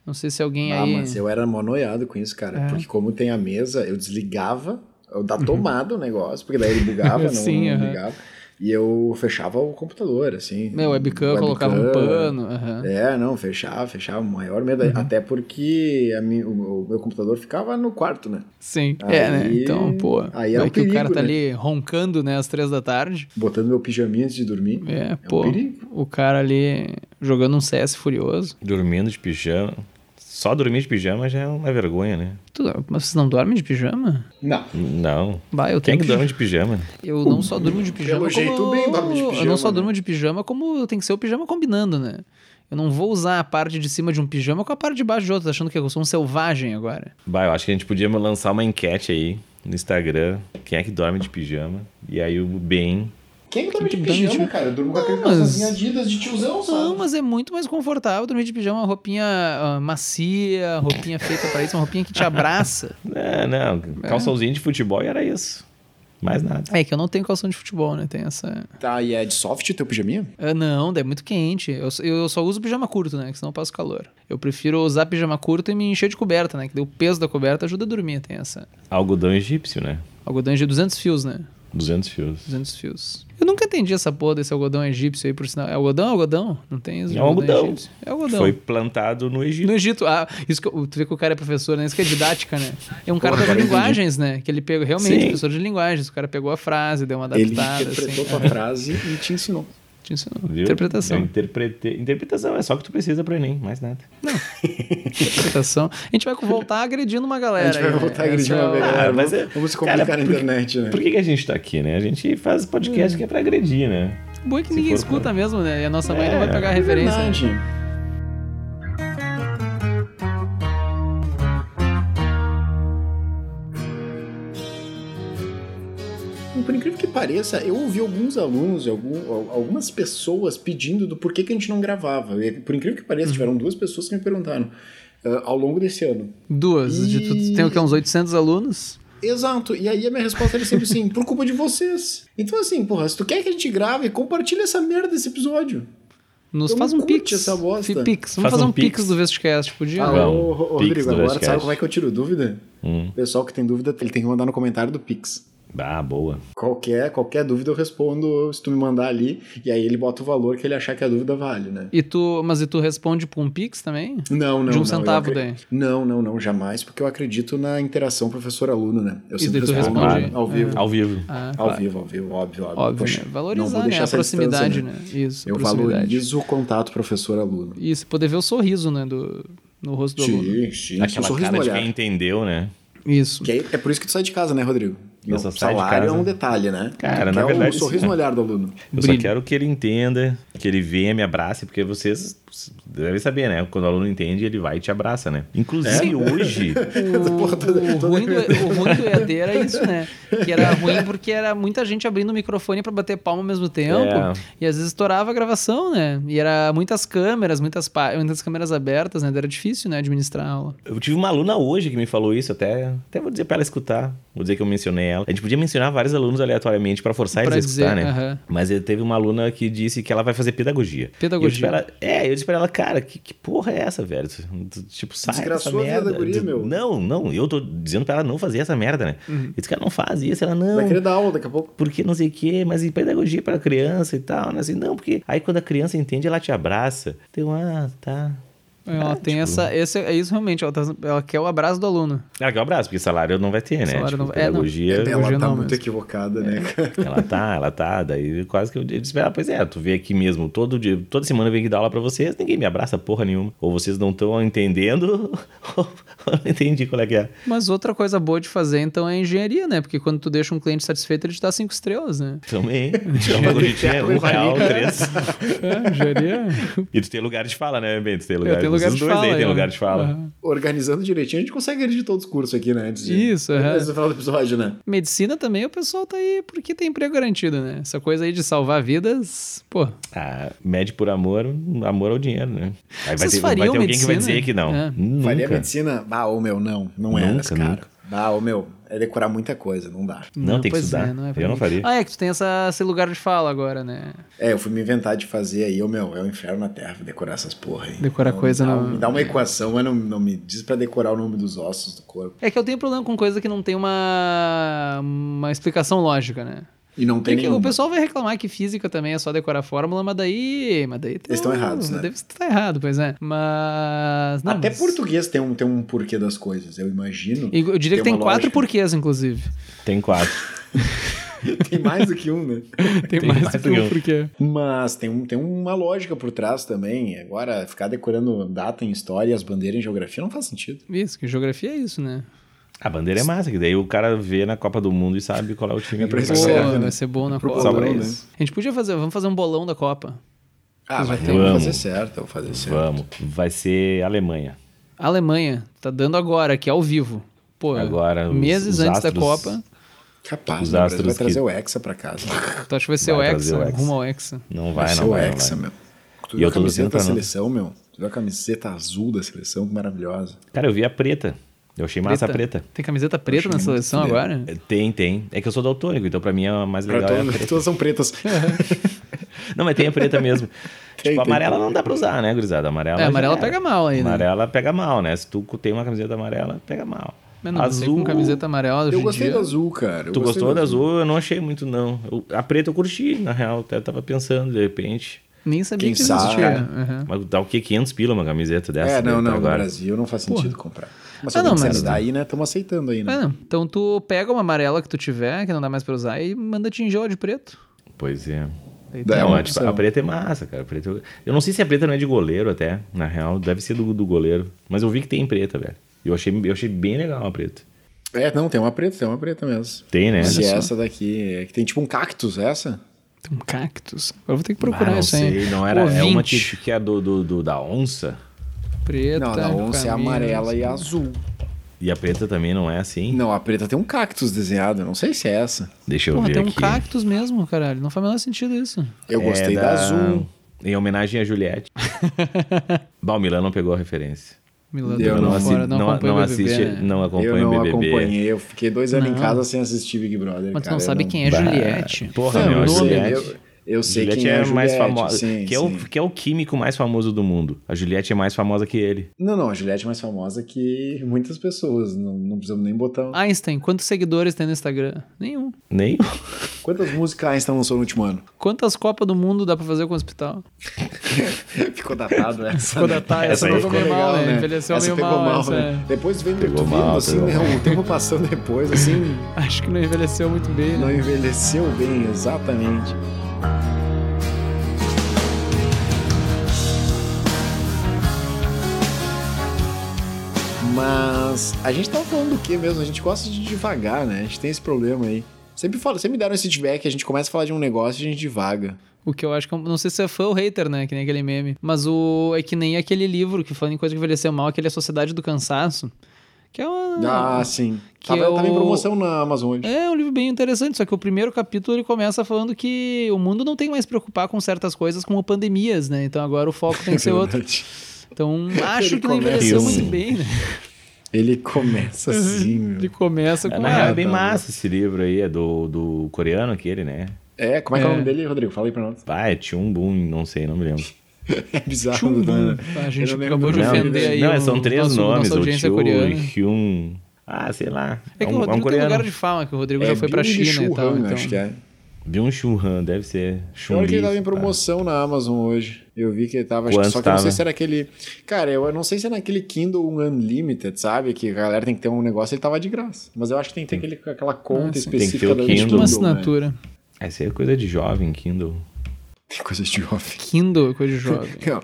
S1: Não sei se alguém
S2: Ah,
S1: aí.
S2: mas eu era mó noiado com isso, cara.
S1: É.
S2: Porque como tem a mesa, eu desligava eu da tomada o negócio, porque daí ele bugava, não,
S1: Uhum. Sim,
S2: não
S1: aham.
S2: ligava. E eu fechava o computador, assim.
S1: Meu, webcam, colocava um pano. Uhum. aham.
S2: É, não, fechava, fechava, o maior medo. Até porque a mi- o, o meu computador ficava no quarto, né?
S1: Sim, é, né?
S2: Aí-
S1: Então, pô,
S2: aí era
S1: vai
S2: um
S1: que o cara
S2: perigo,
S1: tá
S2: né?
S1: ali roncando, né, às três da tarde.
S2: Botando meu pijaminha antes de dormir.
S1: É,
S2: um
S1: pô,
S2: perigo.
S1: o cara ali jogando um CS furioso.
S3: Dormindo de pijama. Só dormir de pijama já é uma vergonha, né?
S1: Tu, mas você não dorme de pijama?
S2: Não.
S3: Não.
S1: Bah, eu
S3: Quem
S1: tenho
S3: que dorme de pijama?
S1: Eu não só durmo de pijama.
S2: Pelo
S1: como
S2: jeito, bem dorme de
S1: Eu não
S2: pijama,
S1: só
S2: né?
S1: durmo de pijama, como tem que ser o pijama combinando, né? Eu não vou usar a parte de cima de um pijama com a parte de baixo de outro, achando que eu sou um selvagem agora.
S3: Bah, eu acho que a gente podia lançar uma enquete aí no Instagram. Quem é que dorme de pijama? E aí o Ben.
S2: Quem que dorme de
S1: Quem que dorme de
S2: pijama,
S1: pi-
S2: cara? Eu durmo com aquele
S1: Não, mas-
S2: calçãozinho Adidas de tiozão,
S1: Não,
S2: sabe?
S1: mas é muito mais confortável dormir de pijama, uma roupinha ah, macia, roupinha feita pra isso, uma roupinha que te abraça.
S3: Não, não. né, Calçãozinho de futebol e era isso. Mais nada.
S1: É que eu não tenho calção de futebol, né? Tem essa.
S2: Tá, e é de soft o teu pijaminha?
S1: Ah, não, daí é muito quente. Eu, só- eu só uso pijama curto, né? Que senão eu passo calor. Eu prefiro usar pijama curto e me encher de coberta, né? Que daí o peso da coberta ajuda a dormir. Tem essa.
S3: Algodão egípcio, né?
S1: Algodão de 200 fios, né?
S3: 200 fios.
S1: 200 fios. Eu nunca entendi essa porra desse algodão egípcio aí, por sinal. É algodão, algodão? Não tem isso? de
S3: É um algodão.
S1: egípcio? É algodão.
S3: Foi plantado no Egito.
S1: No Egito, ah, isso que, eu- tu vê que o cara é professor, né? Isso que é didática, né? É um cara
S2: Porra,
S1: das
S2: agora eu entendi.
S1: linguagens, né? Que ele pegou, realmente,
S3: Sim.
S1: professor de linguagens. O cara pegou a frase, deu uma
S2: Ele
S1: adaptada, assim.
S2: interpretou tua frase e te ensinou.
S1: Te ensinou.
S3: Viu?
S1: Interpretação.
S3: Eu interpretei. Interpretação é só que tu precisa pra Enem, mais nada.
S1: Interpretação. A gente vai voltar agredindo uma galera.
S2: a gente vai
S1: aí, né?
S2: voltar a agredir
S1: Essa é
S2: uma
S1: o-
S2: vez.
S3: Ah, mas é-
S2: Vamos se complicar
S3: cara,
S2: na
S3: por-
S2: internet, né?
S3: Por que, que a gente tá aqui, né? A gente faz podcast que é pra agredir, né?
S1: O bom é que ninguém
S3: for pra-
S1: escuta mesmo, né? E a nossa mãe não vai
S3: É,
S1: pegar a
S2: É
S1: referência. né?
S2: verdade. E Por incrível que pareça, eu ouvi alguns alunos, algum- al- algumas pessoas pedindo do porquê que a gente não gravava. E, por incrível que pareça, tiveram duas pessoas que me perguntaram ah, ao longo desse ano.
S1: Duas. De, tu, tu tem o quê? Uns 800 alunos?
S2: Exato. E aí a minha resposta era sempre assim, por culpa de vocês. Então assim, porra, se tu quer que a gente grave, compartilha essa merda desse episódio.
S1: Nos
S2: Então
S1: faz um
S2: curte
S1: pix.
S2: essa bosta.
S1: Fi- Pix. Vamos
S3: Faz
S1: fazer
S3: um
S1: um pix,
S3: pix.
S1: do VestCast, podia?
S2: Ah,
S3: Vamos.
S2: ô, ô, ô,
S3: Pix
S2: Rodrigo,
S3: do
S2: agora
S3: Westcast.
S2: sabe como é que eu tiro dúvida?
S3: Hum.
S2: O pessoal que tem dúvida, ele tem que mandar no comentário do Pix.
S3: Ah, boa.
S2: Qualquer, qualquer dúvida eu respondo se tu me mandar ali, e aí ele bota o valor que ele achar que a dúvida vale, né?
S1: E tu, mas e tu responde por um pix também?
S2: Não, não.
S1: de um
S2: não,
S1: centavo
S2: eu acre-
S1: daí.
S2: Não, não, não, jamais, porque eu acredito na interação professor-aluno, né? Eu sempre
S1: daí tu
S2: respondo
S1: responde,
S2: ao vivo.
S3: Ao vivo.
S1: Ah,
S2: Ao
S1: claro.
S2: vivo, ao vivo, óbvio, óbvio.
S1: Óbvio,
S2: Poxa,
S1: né?
S2: não
S1: Valorizar
S2: vou
S1: né?
S2: deixar
S1: a
S2: essa distância,
S1: proximidade, né? Isso,
S2: Eu
S1: proximidade.
S2: valorizo o contato professor-aluno.
S1: E você poder ver o sorriso, né, do, no rosto do aluno.
S2: Sim, sim, um
S3: Aquela
S2: sorriso
S3: cara
S2: no
S3: de
S2: olhar.
S3: quem entendeu, né?
S1: Isso.
S2: Que aí- é por isso que tu sai de casa, né, Rodrigo?
S3: Eu
S2: Não,
S3: só saio de
S2: salário é
S3: casa.
S2: um detalhe, né?
S3: Cara,
S2: Tu
S3: na
S2: quer
S3: verdade,
S2: O sorriso
S3: sim.
S2: no olhar do aluno.
S3: Eu
S1: Brilho.
S3: só quero que ele entenda, que ele venha, me abrace, porque vocês devem saber, né? Quando o aluno entende, ele vai e te abraça, né? Inclusive
S1: É.
S3: hoje,
S1: O,
S2: Porra, toda-
S1: o
S2: toda-
S1: ruim é- do, o ruim do EAD era isso, né? Que
S3: É.
S1: era ruim porque era muita gente abrindo o microfone pra bater palma ao mesmo tempo.
S3: É.
S1: E às vezes estourava a gravação, né? E era muitas câmeras, muitas, pá- muitas câmeras abertas, né? Era difícil, né, administrar a aula.
S3: eu tive uma aluna hoje que me falou isso, até, até vou dizer pra ela escutar, vou dizer que eu mencionei ela. A gente podia mencionar vários alunos aleatoriamente pra forçar
S1: Pra
S3: eles a escutar,
S1: dizer,
S3: né?
S1: aham.
S3: Mas eh, teve uma aluna que disse que ela vai fazer pedagogia.
S1: Pedagogia.
S3: Eu disse pra ela, é, eu disse pra ela, cara, que, que porra é essa, velho? Tu- tu- Tipo, sai
S2: Desgraçou a
S3: dessa merda.
S2: pedagogia,
S3: Tu-
S2: meu. Uhum.
S3: Não, não, eu tô dizendo pra ela não fazer essa merda, né? Eu disse que ela não faz isso, ela não.
S2: Vai querer dar aula daqui a pouco.
S3: porque não sei o quê, mas em pedagogia para criança e tal, né? Assim, não, porque aí quando a criança entende, ela te abraça. Tem um, ah, tá.
S1: É, Ela
S3: Ah,
S1: tem
S3: tipo,
S1: essa. Esse, é isso realmente, ela, tá- ela quer o abraço do aluno.
S3: Ela quer um abraço, porque salário não vai ter, né?
S1: Salário
S3: Tipo,
S1: não- é, não.
S3: pedagogia,
S1: É,
S2: Ela
S1: Hoje
S2: tá
S1: não,
S2: muito
S1: mas-
S2: equivocada, né, cara?
S3: ela tá, ela tá. Daí quase que eu disse pra ela, pois é, tu vê aqui mesmo, todo dia, toda semana eu venho aqui dar aula pra vocês, ninguém me abraça porra nenhuma. Ou vocês não estão entendendo, ou eu não entendi qual é que é.
S1: Mas outra coisa boa de fazer, então, é a engenharia, né? Porque quando tu deixa um cliente satisfeito, ele te dá cinco estrelas, né?
S3: Também, tirar uma gorjetinha, um real, três.
S1: É, engenharia.
S3: E tu tem lugar de fala, né, Ben? Tu tem lugar,
S1: Eu tenho lugar
S3: vocês
S1: de
S3: dois
S1: fala.
S3: aí tem
S1: eu-
S3: lugar de fala.
S1: Aham.
S2: Organizando direitinho, a gente consegue agredir todos os cursos aqui, né? Antes de-
S1: Isso, é.
S2: Antes do final do episódio, né?
S1: Medicina também, o pessoal tá aí porque tem emprego garantido, né? Essa coisa aí de salvar vidas, pô.
S3: Ah, mede por amor, amor ao dinheiro, né? Aí vai
S1: Vocês
S3: ter, vai ter
S1: fariam
S3: alguém que vai
S1: medicina?
S3: dizer que não.
S1: É.
S3: Nunca.
S2: Faria medicina? Bah, ô meu, não. Não é,
S3: Nunca,
S2: cara.
S3: nunca.
S2: Bah, ô meu, é decorar muita coisa, não dá.
S3: Não, tem que
S1: pois
S3: estudar.
S1: é, não é pra
S3: eu não
S1: mim.
S3: faria.
S1: Ah, é que tu tem essa, esse lugar de fala agora, né?
S2: É, eu fui me inventar de fazer aí, ô meu, é o inferno na terra vou decorar essas porra aí.
S1: Decorar coisa
S2: dá, um-
S1: não-
S2: Me dá uma equação, mas não, não me diz pra decorar o nome dos ossos do corpo.
S1: É que eu tenho problema com coisa que não tem uma, uma explicação lógica, né?
S2: E não tem
S1: Porque o
S2: nenhuma.
S1: pessoal vai reclamar que física também é só decorar a fórmula, mas daí. Mas daí
S2: Eles estão errados, né?
S1: Deve estar errado, pois é. Mas. Não,
S2: Até
S1: mas-
S2: português tem um, tem um porquê das coisas, eu imagino.
S1: E Eu diria que tem
S2: tem uma
S1: quatro
S2: lógica.
S1: porquês, inclusive.
S3: Tem quatro.
S2: tem mais do que um, né?
S1: Tem,
S3: Tem
S1: mais
S3: mais
S1: do que
S3: do que
S1: um
S3: um.
S1: porquê.
S2: Mas tem, um, tem uma lógica por trás também. Agora, ficar decorando data em história e as bandeiras em geografia não faz sentido.
S1: Isso, que geografia é isso, né?
S3: A bandeira é massa, que daí o cara vê na Copa do Mundo e sabe qual é o time.
S2: É pra
S3: que
S2: isso
S1: Pô,
S2: que
S3: vai ganhar.
S2: serve, né?
S1: vai ser bom na
S2: Pro
S1: Copa.
S3: bolão,
S1: né?
S3: né?
S1: A gente podia fazer, vamos fazer um bolão da Copa.
S2: Ah, mas tem que
S3: Vamos.
S2: fazer certo, eu vou fazer certo.
S3: um Vamos. Vai ser Alemanha.
S1: Alemanha, tá dando agora, aqui ao vivo. Pô,
S3: Agora, os-
S1: meses
S3: os
S1: antes da
S3: astros-
S1: Copa.
S2: Capaz,
S3: Os
S2: né? o Brasil vai
S3: astros
S2: trazer
S3: que-
S2: o Hexa pra casa.
S1: Tu acha que vai ser o
S3: Vai
S1: Hexa,
S3: trazer o Hexa.
S1: rumo ao Hexa.
S3: Não vai,
S2: ser
S3: não
S2: o
S3: vai. não
S2: Hexa,
S3: vai.
S2: meu. Tu
S3: E
S2: viu
S3: eu
S2: a
S3: tô
S2: camiseta da
S3: torcendo pra não.
S2: seleção, meu? Tu viu a camiseta azul da seleção? Que Maravilhosa.
S3: Cara, eu vi a preta. Eu achei massa a preta.
S1: Tem camiseta preta na
S2: muito
S1: seleção
S2: fudido.
S1: agora?
S3: Tem, tem. É que eu sou daltônico, então pra mim a mais legal é a
S2: Pra
S3: preta.
S2: todas, todas são pretas.
S3: Não, mas tem a preta mesmo.
S2: Tem,
S3: tipo, a
S2: tem.
S3: amarela não dá pra usar, né, gurizada? A Amarela
S1: É, a
S3: já
S1: amarela
S3: era.
S1: pega mal aí, né?
S3: Amarela pega mal, né? Se tu tem uma camiseta amarela, pega mal.
S1: Mas não, azul.
S3: azul.
S1: com camiseta amarela hoje
S2: Eu
S1: em
S2: gostei
S1: dia.
S2: do azul, cara. Eu
S3: Tu
S2: gostei
S3: gostou
S2: do
S3: da azul? Eu não achei muito, não. Eu- a preta eu curti, na real. Até tava pensando, de repente.
S1: Nem sabia
S2: Quem
S1: que
S2: sabe,
S1: existia.
S2: cara.
S1: Aham.
S3: Mas dá o quê? 500 pila uma camiseta dessa?
S2: É, não,
S3: né,
S2: não. No
S3: agora.
S2: Brasil não faz sentido comprar. Mas se
S1: Ah,
S2: alguém
S1: não,
S2: quiser
S1: mas-
S2: me dar aí, né? Estamos aceitando aí, né?
S1: Ah, não. Então tu pega uma amarela que tu tiver, que não dá mais pra usar, e manda tingir ela de preto.
S3: Pois é.
S1: Aí tá tem-
S2: Dá, É
S3: Não,
S2: uma
S3: é, tipo,
S2: opção.
S3: a preta é massa, cara. A preta, eu- eu não sei se a preta não é de goleiro até, na real. Deve ser do, do goleiro. Mas eu vi que tem preta, velho. Eu achei, eu achei bem legal a preta.
S2: É, não, tem uma preta, tem uma preta mesmo.
S3: Tem, né?
S2: Mas e
S3: Olha só.
S2: essa daqui, é que tem tipo um cactus, essa?
S1: Tem um cactus. Agora eu vou ter que
S3: Ah,
S1: procurar
S3: não
S1: isso aí.
S3: sei, não era. É uma
S1: Ouvinte.
S3: que, que é do, do, do- da onça.
S1: Preta.
S2: não, a da onça é
S1: camisa.
S2: amarela e azul.
S3: E a preta também não é assim.
S2: Não, a preta tem um cactus desenhado, eu não sei se é essa.
S3: Deixa eu
S1: Porra,
S3: ver
S1: tem um
S3: aqui.
S1: cactus mesmo, caralho. Não faz o menor sentido isso.
S2: Eu
S3: É
S2: gostei da... azul.
S3: Em homenagem a Juliette. bah, o Milan não pegou a referência.
S1: Milano
S2: Eu
S1: tá
S2: não
S1: fora,
S2: assi-
S1: não,
S3: não,
S1: acompanha
S3: não
S1: o BBB,
S3: assiste,
S1: né?
S3: não
S2: Eu
S3: acompanha
S2: não
S3: o BBB.
S2: acompanhei, eu fiquei dois anos
S1: Não.
S2: em casa sem assistir Big Brother.
S1: Mas tu
S2: cara,
S1: não
S2: eu
S1: sabe quem é
S3: Bah,
S1: Juliette. é
S3: Porra,
S2: Não,
S3: meu,
S2: eu,
S3: a
S2: sei,
S3: Juliette.
S2: eu, eu sei
S3: Juliette
S2: quem é,
S3: é,
S2: a
S3: mais
S2: Juliette,
S3: famosa.
S2: Sim,
S3: que, é o,
S2: sim.
S3: que é o químico mais famoso do mundo. A Juliette é mais famosa que ele.
S2: Não, não, a Juliette é mais famosa que muitas pessoas. Não, não precisamos nem botar. um-
S1: Einstein, quantos seguidores tem no Instagram? Nenhum.
S3: Nem.
S2: Quantas músicas a Einstein lançou no último ano?
S1: Quantas Copas do Mundo dá pra fazer com o hospital?
S2: Ficou datado essa.
S1: Ficou datada, né? essa
S3: essa
S1: não
S3: aí
S1: ficou
S2: legal,
S1: mal, né?
S2: né?
S1: Envelheceu
S2: Essa
S1: meio
S2: pegou
S1: mal,
S2: mal,
S1: essa, é.
S2: né? Depois vendo,
S3: Pegou
S2: tu
S3: mal,
S2: vendo assim,
S3: pegou
S2: né,
S3: mal.
S2: o tempo passando depois, assim,
S1: é. Acho que não envelheceu muito bem, né?
S2: não envelheceu bem, exatamente. Mas a gente tava falando do que mesmo? A gente gosta de devagar, né? A gente tem esse problema aí. Sempre, fala, sempre me deram esse feedback, a gente começa a falar de um negócio e a gente divaga.
S1: O que eu acho que. é um- Não sei se é fã ou hater, né? Que nem aquele meme. Mas o. É que nem aquele livro que falando em coisa que envelheceu mal, aquele A Sociedade do Cansaço. Que é uma.
S2: Ah, sim.
S1: Que
S2: tava, tava
S1: eu-
S2: em promoção na Amazon hoje.
S1: É um livro bem interessante, só que o primeiro capítulo ele começa falando que o mundo não tem mais que preocupar com certas coisas como pandemias, né? Então agora o foco tem que ser outro.
S2: Verdade.
S1: Então acho
S2: Ele
S1: que não
S2: começa
S1: envelheceu
S3: assim.
S1: muito bem, né?
S2: Ele começa assim, meu.
S1: Ele começa com.
S3: Na real, é
S1: Ah,
S3: bem
S2: tá,
S3: massa esse livro aí. É do, do coreano aquele, né?
S2: É, como é que é,
S1: É.
S2: o nome dele, Rodrigo? Fala aí pra nós.
S3: Vai, Chumbum, não sei, não me lembro.
S2: É
S3: tá
S2: bizarro,
S1: Chumbum.
S2: né?
S1: tá? A gente
S2: Eu não
S1: acabou de
S2: lembro o nome
S1: ofender
S2: dele.
S1: aí.
S3: não,
S1: o
S3: são três
S1: nosso-
S3: nomes.
S1: Nossa
S3: O
S1: audiência
S3: Chu,
S1: coreana.
S3: Hyun. Ah, sei lá.
S1: É que o
S3: um, é um
S1: Rodrigo tem
S3: coreano.
S1: lugar de fama, que o Rodrigo
S2: É
S1: já foi pra
S2: Byung
S1: China e
S2: Chul
S1: tal.
S2: Han,
S1: Então...
S2: acho que é.
S3: Byung Chun Han, deve ser. Chun
S2: Olha que ele
S3: Li,
S2: tava em
S3: tá.
S2: promoção na Amazon hoje. Eu vi que ele tava. acho que-
S3: Quanto
S2: só que eu não sei
S3: tava?
S2: se era aquele. Cara, eu não sei se é naquele Kindle Unlimited, sabe? Que a galera tem que ter um negócio, ele tava de graça. Mas eu acho que tem que ter aquele, aquela conta
S1: Ah, sim.
S3: que ter
S2: específica
S3: o
S2: da
S3: Kindle.
S1: Uma
S3: Né?
S1: assinatura.
S3: Essa aí é coisa de jovem, Kindle.
S2: Tem coisa de jovem.
S1: Kindle, coisa de jovem.
S2: Não,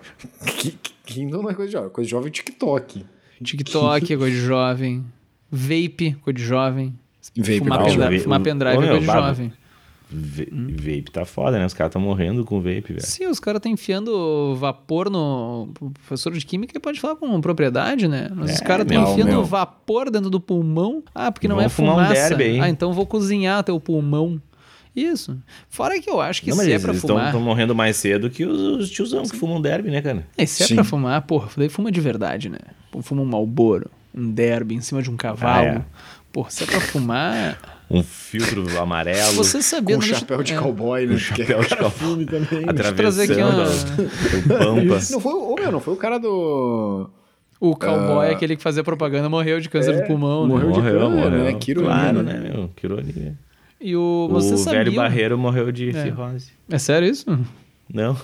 S2: Ki- Ki- Kindle não é coisa de jovem, coisa de jovem é TikTok.
S1: TikTok, é coisa de jovem. Vape, coisa de jovem.
S2: Vape,
S1: fumar,
S3: não,
S1: pendrive,
S3: vape-
S1: fumar
S3: o-
S1: pendrive é
S3: ô, meu,
S1: coisa de
S3: babo.
S1: jovem.
S3: Va-
S1: Hum.
S3: Vape tá foda, né? Os caras tão morrendo com vape, velho.
S1: Sim, os caras estão enfiando vapor no. O professor de química ele pode falar com propriedade, né? Mas os
S3: É,
S1: caras estão
S2: meu,
S1: enfiando
S2: meu.
S1: vapor dentro do pulmão. Ah, porque não
S3: Vão
S1: é
S3: fumar um
S1: fumaça.
S3: derby aí.
S1: Ah, então vou cozinhar teu pulmão. Isso. Fora que eu acho que
S3: Não, mas
S1: se é
S3: eles
S1: pra
S3: estão
S1: fumar.
S3: morrendo mais cedo que os, os tiozão que fumam derby, né, cara?
S1: É, se é
S2: Sim.
S1: pra fumar, porra, daí fuma de verdade, né? Pô, Fuma um malboro, um derby em cima de um cavalo.
S3: Ah, é.
S1: Porra, se é pra fumar.
S3: Um filtro amarelo.
S1: Você sabia.
S2: Com
S1: não deixa-
S2: chapéu de
S1: é.
S2: cowboy, né? Que é
S3: chapéu de
S2: cara
S3: cowboy.
S2: filme também. né?
S3: Atravessando
S1: trazer aqui uma-
S3: o- o Pampa.
S2: Não foi, o- ô, meu, não foi o cara do.
S1: O cowboy, é
S2: Ah.
S1: aquele que fazia propaganda, morreu de câncer do pulmão, né?
S2: morreu de
S3: É, Morreu,
S2: cana,
S3: morreu.
S2: né? Que ironia,
S3: claro,
S2: né?
S3: né, meu? Que ironia.
S1: E o, mas
S3: o
S1: vocês sabiam-
S3: velho Barreiro morreu de
S1: É.
S3: cirrose.
S1: É sério isso?
S3: Não.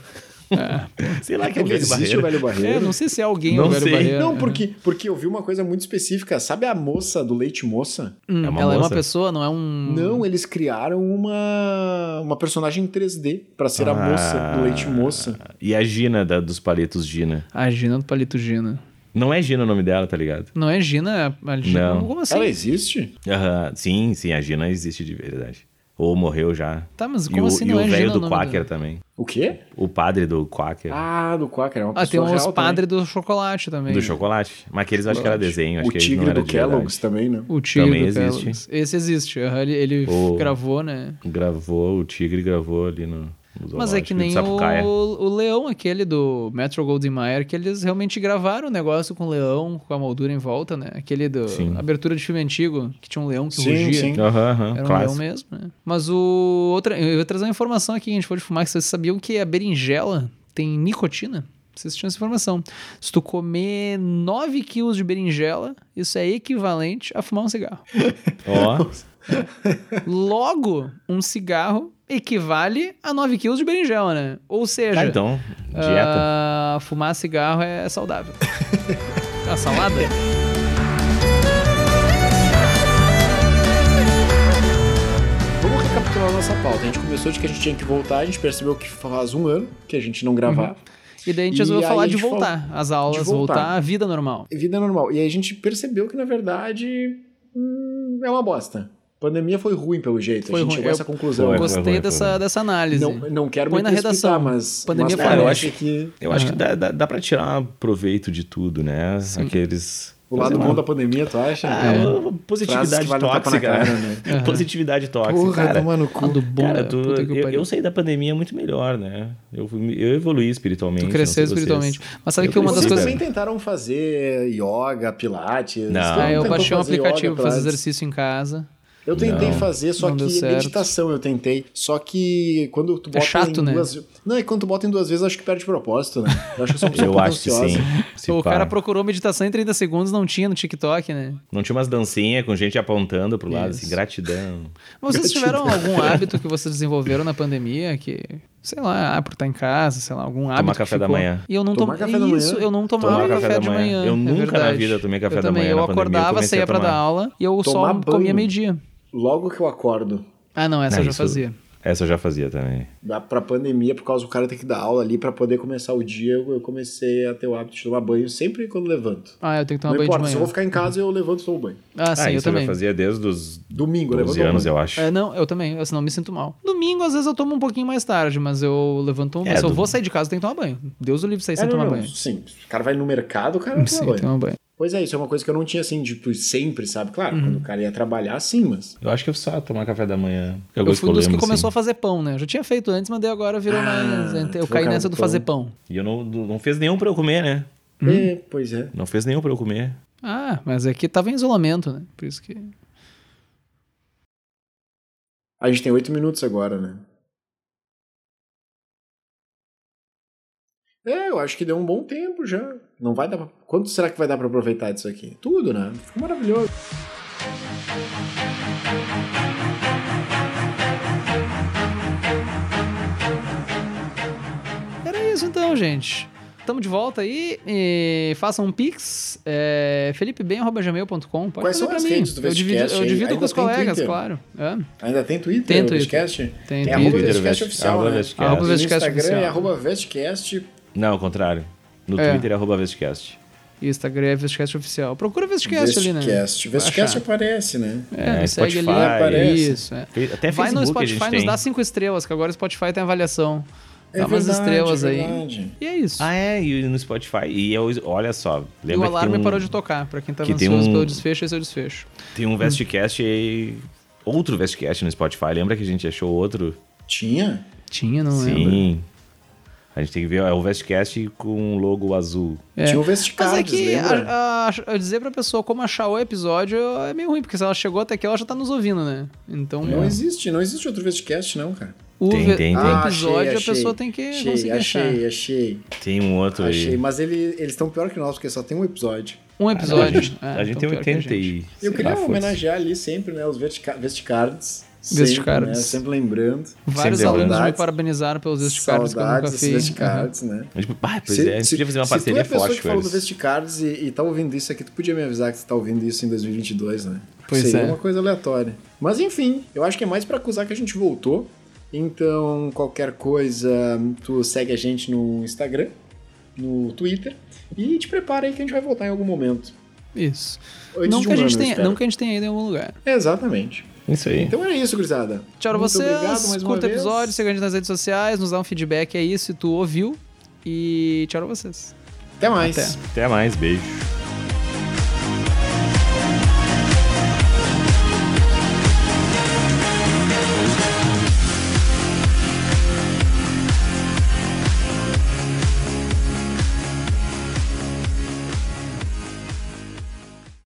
S1: Ah,
S3: Sei lá que é o
S2: Ele
S3: velho
S2: existe o
S3: Barreiro.
S2: velho
S1: É,
S2: barreiro?
S1: não sei se é alguém
S3: Não
S1: o velho
S3: sei.
S1: Barreiro.
S2: Não,
S1: né?
S2: porque, porque eu vi uma coisa muito específica. Sabe a moça do leite moça?
S1: Hum,
S3: É uma
S1: ela é uma
S3: moça?
S1: pessoa, não é um.
S3: Hum.
S2: Não, eles criaram uma, uma personagem em 3D pra ser a
S3: Ah.
S2: moça do leite moça.
S3: E a Gina, da, dos palitos Gina.
S1: A Gina do Palito Gina.
S3: Não é Gina o nome dela, tá ligado?
S1: Não é Gina? A Gina
S3: Não.
S1: Como assim?
S2: Ela é existe?
S3: Aham, Ah, Sim, sim, a Gina existe de verdade. Ou morreu já.
S1: Tá, mas
S3: E
S1: como
S3: o,
S1: assim
S3: e
S1: não
S3: o
S1: é
S3: velho
S1: Gina o
S3: do
S1: nome
S3: Quaker
S1: dela?
S3: também.
S2: O quê?
S3: O padre do Quaker.
S2: Ah, do Quaker. É uma
S1: Ah, tem
S2: pessoa
S1: uns
S2: real
S1: padre do chocolate também.
S3: Do chocolate. Mas aqueles eu acho que era desenho.
S2: também.
S3: Acho
S2: O
S3: que eles não
S2: tigre
S3: era
S2: do
S3: de verdade.
S2: Kellogg's também, né?
S1: O Tigre
S3: Também
S1: do
S3: existe.
S1: Kellogg's. Esse existe. aham, Ele, ele
S3: O-
S1: gravou, né?
S3: Gravou, o tigre gravou ali no. no
S1: Mas é que
S3: zoológico de
S1: nem
S3: Sapucaia.
S1: o, o leão, aquele do Metro Goldwyn Mayer, que eles realmente gravaram o negócio com o leão, com a moldura em volta, né? Aquele do
S3: Sim.
S1: abertura de filme antigo, que tinha um leão que
S2: Sim,
S1: rugia.
S2: sim.
S3: Aham, aham,
S1: Era um leão
S3: clássico.
S1: mesmo, né? Mas o outra, eu ia trazer uma informação aqui que a gente pode fumar, que vocês sabiam que a berinjela tem nicotina? Vocês tinham essa informação. Se tu comer 9 quilos de berinjela, isso é equivalente a fumar um cigarro.
S3: Ó,
S1: Logo, um cigarro equivale a 9 quilos de berinjela, né? Ou seja,
S3: tá, então, dieta.
S1: ah, fumar cigarro é saudável. a salada?
S2: Vamos recapitular nossa pauta. A gente começou de que a gente tinha que voltar, a gente percebeu que faz um ano que a gente não gravava.
S3: Uhum.
S1: E daí a gente
S2: E
S1: resolveu
S2: aí
S1: falar
S2: a
S1: de
S2: gente falou-
S1: voltar às aulas,
S2: de voltar.
S1: voltar à vida normal.
S2: E Vida normal. E aí a gente percebeu que, na verdade, hum, é uma bosta. Pandemia foi ruim, pelo jeito.
S1: Foi
S2: a gente
S1: ruim.
S2: chegou a essa
S1: Eu-
S2: conclusão.
S3: Foi,
S1: Gostei
S3: foi, foi.
S1: dessa, dessa análise.
S2: Não, não quero
S1: Põe
S2: me
S1: na
S2: precipitar,
S1: redação.
S2: mas,
S1: Pandemia
S2: mas
S1: foi
S3: ruim.
S2: parece que
S3: Eu
S1: É.
S3: acho que dá, dá, dá pra tirar proveito de tudo, né? Aqueles.
S2: o lado
S3: sei lá.
S2: bom da pandemia, tu acha?
S3: Ah,
S1: É.
S3: uma
S2: Frases
S3: positividade
S2: que valem um tapa na
S3: tóxica.
S2: cara, né?
S3: positividade tóxica.
S2: Porra,
S3: cara.
S2: toma no
S1: Ah,
S2: cu.
S1: do bom,
S3: Cara,
S1: né?
S3: tu-
S1: Puta que
S3: eu,
S1: pariu.
S3: eu saí da pandemia muito melhor, né? Eu, fui- eu evoluí espiritualmente.
S1: Tu cresceu
S3: não sei
S1: espiritualmente.
S3: vocês.
S1: Mas sabe
S3: Eu
S1: que uma das
S2: Vocês
S3: cresci,
S1: coisas.
S2: também tentaram fazer yoga, pilates. todo
S3: Não. Ah,
S2: mundo
S1: Ah, eu
S2: tentou
S1: baixei um
S2: fazer yoga,
S1: aplicativo pra fazer
S2: pilates.
S1: exercício em casa.
S2: Eu tentei
S3: Não.
S2: fazer, só
S1: Não deu
S2: que
S1: certo.
S2: meditação eu tentei. Só que quando tu bota
S1: chato,
S2: em
S1: né?
S2: duas Não, e quando tu bota em duas vezes, eu acho que perde propósito, né? Eu acho que eu sou uma pessoa
S3: Eu
S2: pouco
S3: acho que
S2: ansiosa.
S3: sim. Se
S1: o
S3: pá.
S1: cara procurou meditação em 30 segundos, não tinha no TikTok, né?
S3: Não tinha umas dancinhas com gente apontando pro lado, assim,
S1: Isso.
S3: gratidão.
S1: Vocês tiveram algum hábito que vocês desenvolveram na pandemia que. Sei lá, ah, por estar em casa, sei lá, algum hábito. que
S3: café da
S1: ficou-
S3: manhã.
S1: E eu não
S2: Tomar
S1: tomava.
S2: café da manhã?
S1: Isso, eu não tomava
S3: Tomar
S1: café, de manhã.
S3: Eu
S1: é
S3: nunca na
S1: verdade.
S3: vida tomei café
S1: eu
S3: da
S1: também.
S3: manhã
S1: Eu
S3: na pandemia, eu
S1: acordava,
S3: comecei
S1: saía
S3: a
S1: pra
S3: tomar.
S1: dar aula e eu
S2: Tomar
S1: só comia
S2: banho.
S1: meio-dia.
S2: Logo que eu acordo
S1: Ah, não, essa
S3: Ah,
S1: eu já
S3: isso-
S1: fazia.
S3: Essa eu já fazia também.
S2: da, pra pandemia, por causa do cara ter que dar aula ali pra poder começar o dia, eu eu comecei a ter o hábito de tomar banho sempre quando levanto.
S1: Ah, eu tenho que tomar
S2: não
S1: banho
S2: importa,
S1: de
S2: se
S1: manhã.
S2: eu vou ficar em casa, eu levanto e tomo banho.
S1: Ah, sim,
S3: ah,
S1: eu
S3: isso eu, já
S1: também.
S3: fazia desde os
S2: Domingo, eu
S3: 12
S2: levanto.
S3: anos, eu acho.
S1: É, não, eu também, eu, senão eu me sinto mal. Domingo, às vezes, eu tomo um pouquinho mais tarde, mas eu levanto um.
S3: É,
S1: se eu
S3: do-
S1: vou sair de casa, eu tenho que tomar banho. Deus o livre sair sem
S2: não,
S1: tomar
S2: É, não,
S1: banho.
S2: Sim, o cara vai no mercado, o cara não
S1: Sim,
S2: toma banho.
S1: tomar banho.
S2: Pois é, isso é uma coisa que eu não tinha assim, tipo, sempre, sabe? Claro,
S1: Uhum.
S2: quando o cara ia trabalhar, sim, mas.
S3: Eu acho que eu só tomar café da manhã. É
S1: Eu,
S3: o gosto
S1: fui um dos que
S3: lembro, assim.
S1: começou a fazer pão, né? Eu já tinha feito antes, mas daí agora virou
S2: Ah,
S1: mais. né? Eu
S2: tu
S1: caí
S2: acaba
S1: nessa do
S2: com-
S1: fazer pão.
S3: E eu não, não fez nenhum pra eu comer, né?
S1: Uhum.
S2: É, pois é.
S3: Não fez nenhum pra eu comer.
S1: Ah, mas é que tava em isolamento, né? Por isso que.
S2: A gente tem oito minutos agora, né? É, eu acho que deu um bom tempo já. Não vai dar pra... Quanto será que vai dar pra aproveitar disso aqui? Tudo, né? Ficou maravilhoso.
S1: Era isso então, gente. Tamo de volta aí. E façam um pix. É, felipebem.gmail.com. Pode
S2: Quais
S1: fazer
S2: são
S1: pra
S2: as
S1: mim.
S2: redes do
S1: eu divido,
S2: Vestcast
S1: eu
S2: aí?
S1: divido com
S2: Ainda
S1: os
S2: tem
S1: colegas,
S2: Twitter?
S1: claro. Hã?
S2: Ainda tem Twitter?
S1: Tem Twitter.
S2: Vestcast?
S1: Tem
S2: É
S1: Twitter.
S2: arroba
S3: Twitter,
S2: Vestcast
S3: Vest-
S2: oficial,
S3: arroba
S2: né?
S3: Vestcast.
S1: Arroba
S2: No
S1: Vestcast
S2: Instagram é
S1: oficial.
S2: arroba Vestcast.
S3: Não, ao contrário. No
S1: É.
S3: Twitter é arroba Vestcast.
S1: E Instagram é Vestcast Oficial. Procura Vestcast ali, né?
S2: Vestcast. Vestcast
S1: Achar.
S2: aparece, né?
S1: É,
S3: É,
S1: segue
S3: Spotify,
S1: ali.
S2: aparece.
S1: Isso, é.
S3: Fe- Até
S1: Vai
S3: Facebook
S1: no
S3: a gente
S1: Spotify e nos
S3: tem.
S1: dá cinco estrelas, que agora o Spotify tem avaliação.
S2: É
S1: dá umas
S2: verdade,
S1: estrelas
S2: é
S1: aí.
S2: verdade.
S1: E é isso.
S3: Ah, é, e no Spotify. E eu, olha
S1: e
S3: só,
S1: o
S3: lembra que
S1: alarme
S3: tem um,
S1: parou de tocar, pra quem tava
S3: que tem
S1: ansioso
S3: um-
S1: pelo desfecho, esse é o desfecho.
S3: tem um
S1: Hum.
S3: Vestcast e outro Vestcast no Spotify. Lembra que a gente achou outro?
S2: Tinha?
S1: Tinha, não lembro.
S3: Sim. A gente tem que ver, é o Vestcast com um logo azul.
S1: É.
S2: Tinha o
S1: Mas
S2: Vestcast,
S1: é que
S2: lembra?
S1: a, a- a dizer pra pessoa como achar o episódio é meio ruim, porque se ela chegou até aqui, ela já tá nos ouvindo, né? Então,
S2: Não existe, não existe outro Vestcast não, cara.
S1: o,
S3: Tem,
S1: ve-
S3: tem,
S1: o
S3: tem.
S2: Ah,
S1: episódio
S2: achei, achei.
S1: a pessoa tem que
S2: achei,
S1: conseguir achar.
S2: achei, Achei,
S3: Tem um outro
S2: achei.
S3: aí.
S2: Mas ele- eles estão pior que nós, porque só tem um episódio.
S1: Um
S3: A
S1: episódio.
S3: gente,
S1: Ah,
S3: a gente
S1: então
S3: tem
S1: pior que a
S3: 80
S1: gente.
S3: e.
S2: Eu
S3: sei
S2: queria
S3: lá, foda-se.
S2: homenagear ali sempre, né, os vertica- Vesticards.
S1: Vesticards.
S2: Sempre, né? Sempre lembrando.
S1: Vários
S3: Sempre
S1: alunos me
S2: saudades.
S1: parabenizaram pelos vesticards que eu nunca
S2: Saudades,
S1: fiz.
S2: vesticards, né?
S3: A gente, ah, pois é, a gente podia fazer uma
S2: se tu é
S3: parceria
S2: a pessoa
S3: forte
S2: que
S3: com
S2: falou do
S3: eles.
S2: Vesticards e, e tá ouvindo isso aqui, tu podia me avisar que tu tá ouvindo isso em 2022, né?
S1: Pois
S2: Seria
S1: é.
S2: uma coisa aleatória. Mas enfim, eu acho que é mais pra acusar que a gente voltou. Então, qualquer coisa, tu segue a gente no Instagram, no Twitter e te prepara aí que a gente vai voltar em algum momento.
S1: Aham. Isso.
S2: Antes
S1: não,
S2: de
S1: que a
S2: um
S1: gente
S2: ano, eu
S1: tenha,
S2: espero.
S1: não que a gente tenha ido em algum lugar.
S2: Exatamente.
S3: Isso aí.
S2: Então era isso, gurizada.
S1: Tchau pra
S2: Muito
S1: vocês.
S2: obrigado mais uma
S1: curta o
S2: vez.
S1: episódio, siga a gente nas redes sociais, nos dá um feedback aí se tu ouviu. E tchau pra vocês.
S2: Até mais.
S1: Até.
S3: Até mais, beijo.